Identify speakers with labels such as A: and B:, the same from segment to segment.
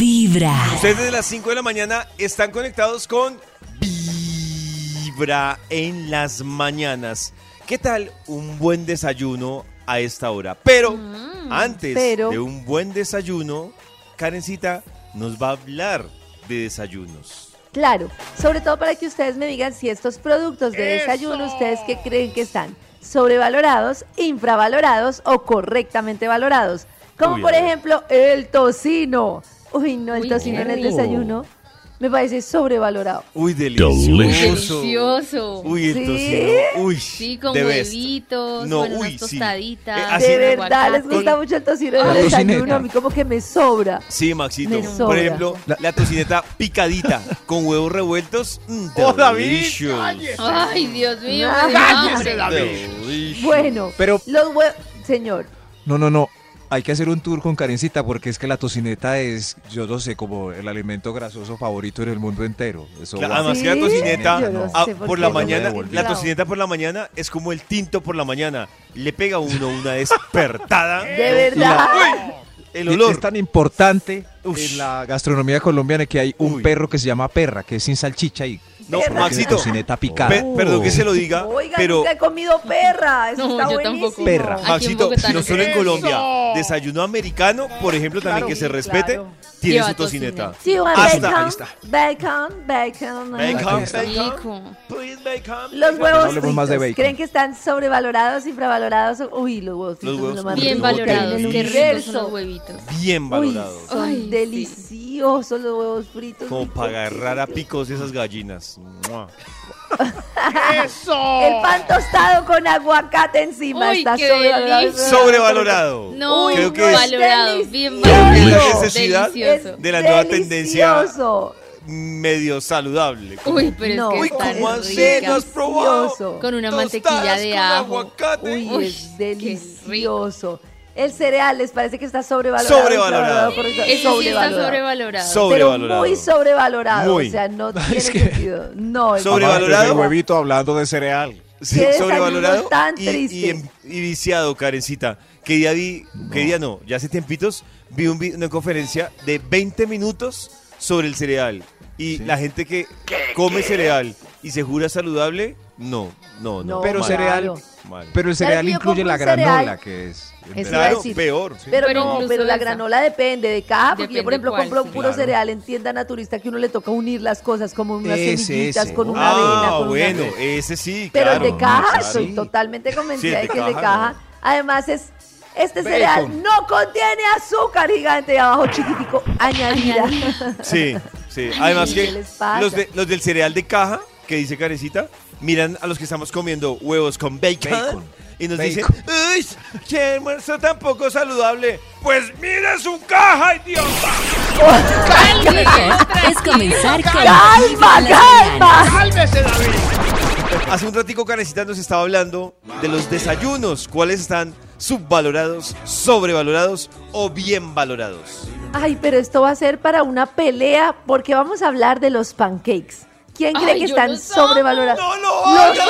A: Vibra.
B: Ustedes desde las 5 de la mañana están conectados con Vibra en las mañanas. ¿Qué tal un buen desayuno a esta hora? Pero antes
C: Mm, pero-
B: de un buen desayuno, Karencita nos va a hablar de desayunos.
C: Claro, sobre todo para que ustedes me digan si estos productos de desayuno, ustedes que creen que están sobrevalorados, infravalorados o correctamente valorados. Como
B: Uy, a
C: por
B: ver.
C: ejemplo el tocino. Uy, no, el
A: Uy,
C: tocino
A: qué
C: en el
A: rico.
C: desayuno me parece sobrevalorado.
B: Uy, delicioso.
D: Delicioso.
B: Uy,
C: Sí.
B: entonces, uy,
D: Sí, con
B: the best.
D: huevitos,
B: No,
D: con
B: uy,
D: unas
B: sí.
D: tostaditas.
B: Eh, así-
C: de
D: con
C: verdad, les
D: aguacate.
C: gusta mucho el tocino en
E: La
C: el
E: tocineta.
C: desayuno. A mí como que me sobra.
B: Sí, Maxito.
C: Me
B: Por
C: sobra.
B: ejemplo, la, tocineta picadita con huevos revueltos. mm,
E: ¡Oh, David!
B: delicious.
D: Ay, Dios mío.
C: Ah,
D: me dio
C: cállese,
D: hambre.
B: Delicious.
C: Bueno,
E: Pero-
C: los hue- Señor,
E: No, no, no. Hay que hacer un tour con Karencita porque es que la tocineta es, yo no sé, como el alimento grasoso favorito en el mundo entero. Eso
B: Claro,
E: va-
B: además que la
C: Sí,
B: tocineta
C: yo no
B: ah,
C: sé por
B: por,
C: qué
B: la
E: no me
B: mañana,
E: devolví.
B: la tocineta por la mañana es como el tinto por la mañana. Le pega a uno una despertada.
C: de verdad.
B: Uy, el
E: Es-
B: olor.
E: Es tan importante
B: Ush.
E: en la gastronomía colombiana que hay un
B: Uy.
E: perro que se llama perra, que es sin salchicha y
B: No,
C: perra.
E: tiene
B: Maxito.
E: tocineta picada.
B: pe- perdón que se lo diga,
C: Oiga,
B: pero
C: nunca he comido perra. Eso
D: No,
C: está
D: yo
C: buenísimo.
D: tampoco.
E: Perra.
D: Aquí en
B: Maxito,
D: Bogotá
B: no
D: no
B: solo en
D: se-
B: Colombia, desayuno americano, por ejemplo, también
C: Claro,
B: que se
C: sí,
B: respete,
C: claro.
B: tiene
D: Lleva
B: su tocineta.
C: Sí, bueno,
B: Ahí
C: bacon,
B: está, ahí está.
C: bacon, bacon,
B: Bacon,
C: bacon.
E: Ahí
B: bacon,
E: está.
D: Rico.
B: please bacon.
C: Los
B: bacon.
C: huevos
E: hablemos más de
C: fritos.
E: bacon.
C: ¿Creen que están sobrevalorados, infravalorados? Uy, los huevos fritos
B: huevos
C: son lo más
B: fritos.
D: Bien
C: rico que hay en
D: valorados.
C: el
D: Qué ricos son
C: universo.
D: los huevitos.
B: Bien
C: Uy,
B: valorados.
C: son
D: Ay, sí.
C: deliciosos los huevos fritos.
B: Como
C: rico,
B: para agarrar a
C: rico.
B: picos esas gallinas. ¡Mua!
C: El pan tostado con aguacate encima
D: Uy,
C: está
D: qué
C: sobrevalorado.
D: delicia.
B: Sobrevalorado.
D: No,
C: Uy,
B: Creo que
C: no,
B: es
D: valorado.
C: es
D: Bien
C: delicioso.
D: valorado.
B: Necesidad
D: Delicioso.
C: Es
B: de la nueva tendencia.
C: delicioso.
B: medio saludable. como-
D: Uy, pero
C: No.
D: es que
B: Uy,
D: están
B: ¿cómo
D: ricas.
B: así? ¿No has probado?
C: Delicioso.
D: Con una
B: Tostadas
D: mantequilla de
B: con
D: ajo.
B: aguacate.
C: Uy,
D: Uy,
C: es
D: qué rico.
C: delicioso. El cereal les parece que está sobrevalorado.
B: Sobrevalorado.
C: infravalorado, correcto,
D: Ese sí está
C: sobrevalorado.
D: sobrevalorado.
B: So-
C: Pero
B: Sobrevalorado.
C: muy sobrevalorado.
B: Muy.
C: O sea, no tiene
E: que-
C: sentido. No, es
B: Sobre- Sobrevalorado.
E: El huevito hablando de cereal.
B: Sí,
C: Qué desayuno
B: sobrevalorado
C: tan
B: y,
C: triste.
B: y en- y viciado, Karencita. Que día vi, que día no, ya hace tiempitos vi un vi- una conferencia de 20 minutos sobre el cereal. Y la gente que come cereal y se jura saludable, no, no, no.
C: No,
E: Pero
B: mal,
E: cereal,
C: claro.
B: mal.
E: pero el
C: ¿Sabes
E: cereal
C: que yo
E: incluye
C: compro
E: la
C: un cereal?
E: granola, que es...
C: Eso iba a
B: Claro,
C: decir.
B: peor.
C: Pero,
D: Pero
C: no,
D: incluso
C: pero la
D: esa.
C: granola depende de cada, porque yo por
D: Depende
C: ejemplo
D: cuál,
C: compro un
D: sí.
C: puro
E: Claro.
C: cereal en tienda naturista que uno le toca unir las cosas como unas
E: Ese,
C: semillitas
E: ese.
C: con una
B: Ah,
C: avena. con una-
B: bueno, ese sí,
C: Pero
B: claro.
C: el de caja,
B: claro.
C: estoy
E: Sí.
C: totalmente convencida
B: Sí, el
C: de
B: de
C: que el de
B: caja,
C: caja.
B: no.
C: Además es, este cereal no contiene azúcar gigante y abajo chiquitico añadida.
B: Sí, sí. Además
C: Ay, ¿qué
B: que
C: les pasa?
B: los, de- los del cereal de caja, que dice Carecita, miran a los que estamos comiendo huevos con bacon,
E: Bacon.
B: y nos
E: Bacon.
B: dicen, ¡Uy! ¡Qué almuerzo tan poco saludable! ¡Pues mira su caja, idiota!
A: Lo mejor es comenzar con Vibra
C: ¡Calma,
A: en las mañanas.
C: calma!
B: Hace un ratico Carecita nos estaba hablando de los desayunos, cuáles están subvalorados, sobrevalorados o bien valorados.
C: Ay, pero esto va a ser para una pelea porque vamos a hablar de los pancakes. ¿Quién cree
D: Ay,
C: que
D: yo
C: están
D: los amo.
C: sobrevalorados?
B: ¡No lo
C: ¡Los
B: hagas!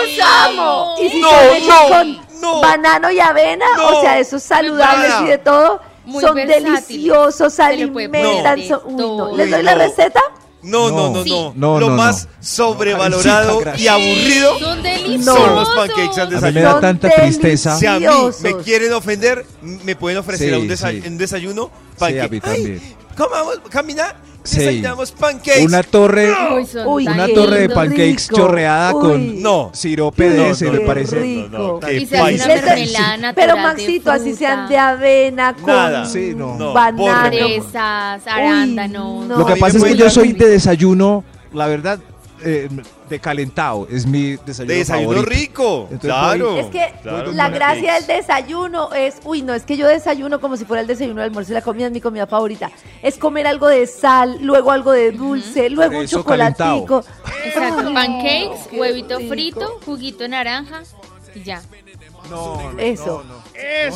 C: amo! Y si
B: No,
C: son hechos
B: no,
C: con
B: no.
C: banano y avena,
B: No. Pues
C: o sea, esos saludables
B: Nada.
C: y de todo,
D: Muy
C: son
D: versátil.
C: deliciosos,
D: Se le puede
C: alimentan.
D: poner
C: son- Uy, no.
D: todo.
C: ¿Les doy
B: Uy,
C: la
B: no.
C: receta?
B: No, no,
E: No.
B: no, no.
E: Sí.
B: Lo
E: No, no,
B: más
E: no.
B: sobrevalorado
E: Karencita,
B: y aburrido
D: Son deliciosos.
B: son los pancakes al
E: A mí me
B: desayuno.
E: da
C: Son
E: tanta tristeza.
B: Si a mí me
C: deliciosos.
B: quieren ofender, me pueden ofrecer
E: Sí,
B: a un, desa-
E: sí.
B: un desayuno
E: Sí, a
B: pancake.
E: mí también.
B: Comamos, camina,
E: Sí.
B: desayunamos pancakes.
E: Una torre...
D: Uy, son
C: Uy,
D: tan
E: Una
C: Qué
E: torre de
D: lindos.
E: pancakes
C: rico.
E: chorreada
C: Uy.
E: con
B: No.
E: sirope
B: No,
E: de ese,
B: no,
E: me
B: no,
E: parece.
C: rico.
B: Qué
D: Y se hace
B: paisa.
D: una
C: Les doy-
D: mermelada natural
C: Pero
D: de
C: Maxito, así sean de
D: fruta,
C: avena, con
B: Nada.
E: Sí, no.
B: No,
C: banano.
B: borre.
D: fresas, arándanos.
C: no.
E: Lo
B: A
E: que
B: mí
E: pasa
B: me
E: es que
B: huele
E: yo
B: a
E: soy de desayuno, la verdad, eh, de calentado. Es mi desayuno,
B: Desayuno
E: favorito.
B: rico.
E: Entonces, pues,
B: claro.
C: Es que
B: claro,
C: la
B: pancakes.
C: gracia del desayuno es, uy, no es que yo desayuno como si fuera el desayuno, el almuerzo y la comida es mi comida favorita. Es comer algo de sal, luego algo de dulce, luego
E: Por
C: un
E: eso
C: chocolatico.
D: Exacto,
C: Ay,
D: pancakes,
C: qué
D: huevito
C: rico.
D: frito, juguito de naranja y ya.
C: Eso.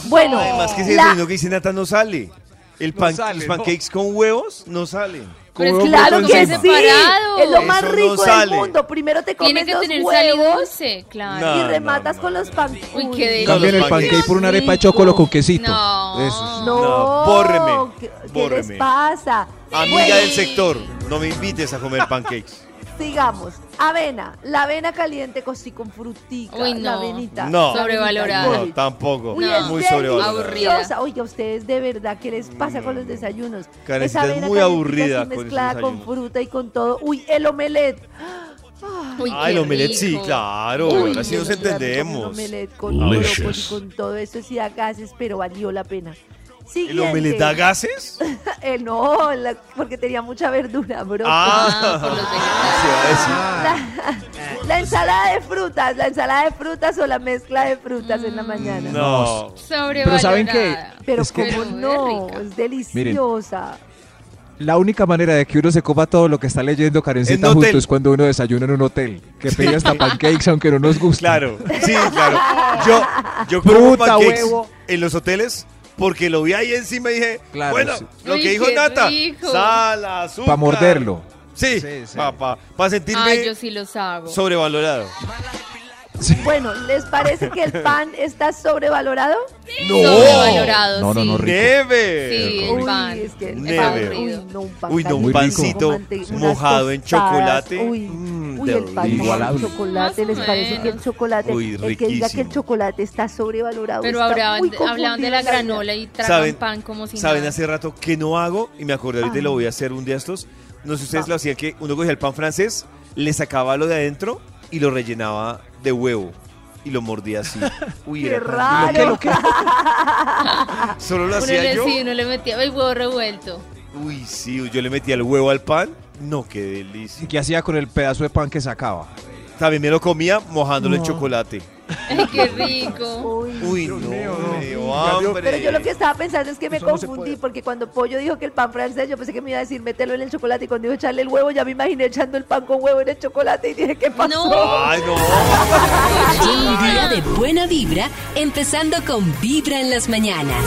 C: Bueno,
B: Además que ese
C: la-
B: desayuno que dice Nata no sale. El
E: No
B: pan-
E: sale,
B: los
E: no.
B: pancakes con huevos no salen.
D: Pero es
E: Como
D: que
C: claro
D: lo
E: huevos
C: que
D: comen
E: encima.
C: sí,
D: separado.
C: es lo más
B: Eso no
C: rico del
B: sale.
C: mundo. Primero te
D: Tiene
C: comes
D: que
C: los
D: tener sal y
C: huevos
D: dulce,
B: No.
D: claro.
C: y rematas
B: no,
C: con los pan.
D: Uy, qué delicia.
E: Cambian el
B: Los pancakes.
E: pancake por una arepa de
C: Rico.
E: chocolo con quesito.
D: No.
E: Eso.
C: No,
B: No, bórreme,
C: ¿qué, qué
B: bórreme.
C: les pasa?
B: Amiga del sector, no me invites a comer pancakes.
C: Sigamos. Avena. La avena caliente cosí con frutica.
D: Uy,
C: La
D: no.
C: avenita.
B: No.
D: Sobrevalorada.
B: No, tampoco.
C: Uy,
D: No.
C: es
B: Muy
C: deliciosa.
B: sobrevalorada.
D: Aburrida.
C: Oiga, ustedes de verdad, ¿qué les pasa con los desayunos?
B: Karencita,
C: Esa
B: es
C: avena
B: muy
C: calientica
B: aburrida
C: así
B: con esos
C: mezclada con
B: desayunos.
C: fruta y con todo. Uy, el omelet.
D: Uy,
B: Ah, el
D: qué
B: omelette, sí,
D: rico.
B: claro.
C: Uy,
B: Ahora sí nos
C: yo también comí un
B: entendemos.
C: omelet con
F: Delicious.
C: brócoli, con todo eso sí da gases, pero valió la pena.
B: ¿El
C: Siguiente.
B: omelette da gases?
C: Eh, no, la- porque tenía mucha verdura, bro.
B: Ah,
D: por los
B: se va a decir.
C: La ensalada de frutas, la ensalada de frutas o la mezcla de frutas en la
D: Mm. Ah,
C: mañana.
B: No.
D: Sobrevalorada.
E: Pero ¿saben qué?
C: Pero
E: Es que-
C: como
D: Pero es
C: no,
D: rica.
C: es deliciosa.
E: La única manera de que uno se coma todo lo que está leyendo Karencita
B: En un
E: junto
B: hotel.
E: es cuando uno desayuna en un hotel. Que
B: Sí.
E: pide hasta pancakes aunque no nos guste.
B: Claro, sí, claro. Yo, yo como
E: Fruta,
B: pancakes
E: huevo.
B: en los hoteles porque lo vi ahí encima y dije,
E: Claro,
B: bueno,
E: sí.
B: lo
D: Uy,
B: que dijo
D: qué
B: Nata,
D: rico.
B: sal, azúcar.
E: Para morderlo.
B: Sí,
E: Sí, sí.
B: para sentirme
D: Ay, Ah, yo sí los hago.
B: sobrevalorado.
C: Bueno, ¿les parece que el pan está sobrevalorado?
B: ¡No!
D: Sobrevalorado,
E: No, no,
D: sí.
E: no, rico.
B: ¡Never!
D: Sí,
E: Rico.
D: el pan.
C: es que
B: Un
C: el pan,
B: never.
C: uy, no, un pan
B: Uy, no, un
E: Muy rico.
C: caliente
B: pancito
C: con mante- unas
B: mojado en
C: tostadas,
B: chocolate.
C: Uy,
B: Mm,
C: uy, el pan mojado en
E: Igualable.
C: chocolate. ¿Les
D: Más o
C: parece que el
D: menos.
C: chocolate,
B: Uy,
C: el que diga que el
B: riquísimo.
C: chocolate está sobrevalorado?
D: Pero
C: está
D: hablaban,
C: muy
D: hablaban de la
C: confundida
D: granola y tragan
B: ¿Saben,
D: pan como si
B: saben
D: nada.
B: hace rato que no hago? Y me acordé ahorita y lo voy a hacer un día estos. No sé
C: Ah.
B: ustedes lo hacían que uno cogía el pan francés, le sacaba lo de adentro y lo rellenaba de huevo. Y lo mordía así. Uy,
C: ¡Qué
B: era tan
C: raro!
B: rico. Solo lo
D: Uno
B: hacía
D: le,
B: yo.
D: sí, uno le metía el huevo revuelto.
B: Uy, sí, yo le metía el huevo al pan. No, qué
E: ¿Y
B: delicia.
E: qué hacía con el pedazo de pan que sacaba?
B: También me lo comía mojándolo en chocolate.
D: Ay, qué rico.
C: Uy,
B: Uy, no, me dio hambre.
C: Pero yo lo que estaba pensando es que me confundí porque cuando Pollo dijo que el pan francés, yo pensé que me iba a decir mételo en el chocolate y cuando dijo echarle el huevo, ya me imaginé echando el pan con huevo en el chocolate y dije, ¿qué pasó?
B: Ay, no.
A: Lleva un día de buena vibra, empezando con Vibra en las mañanas.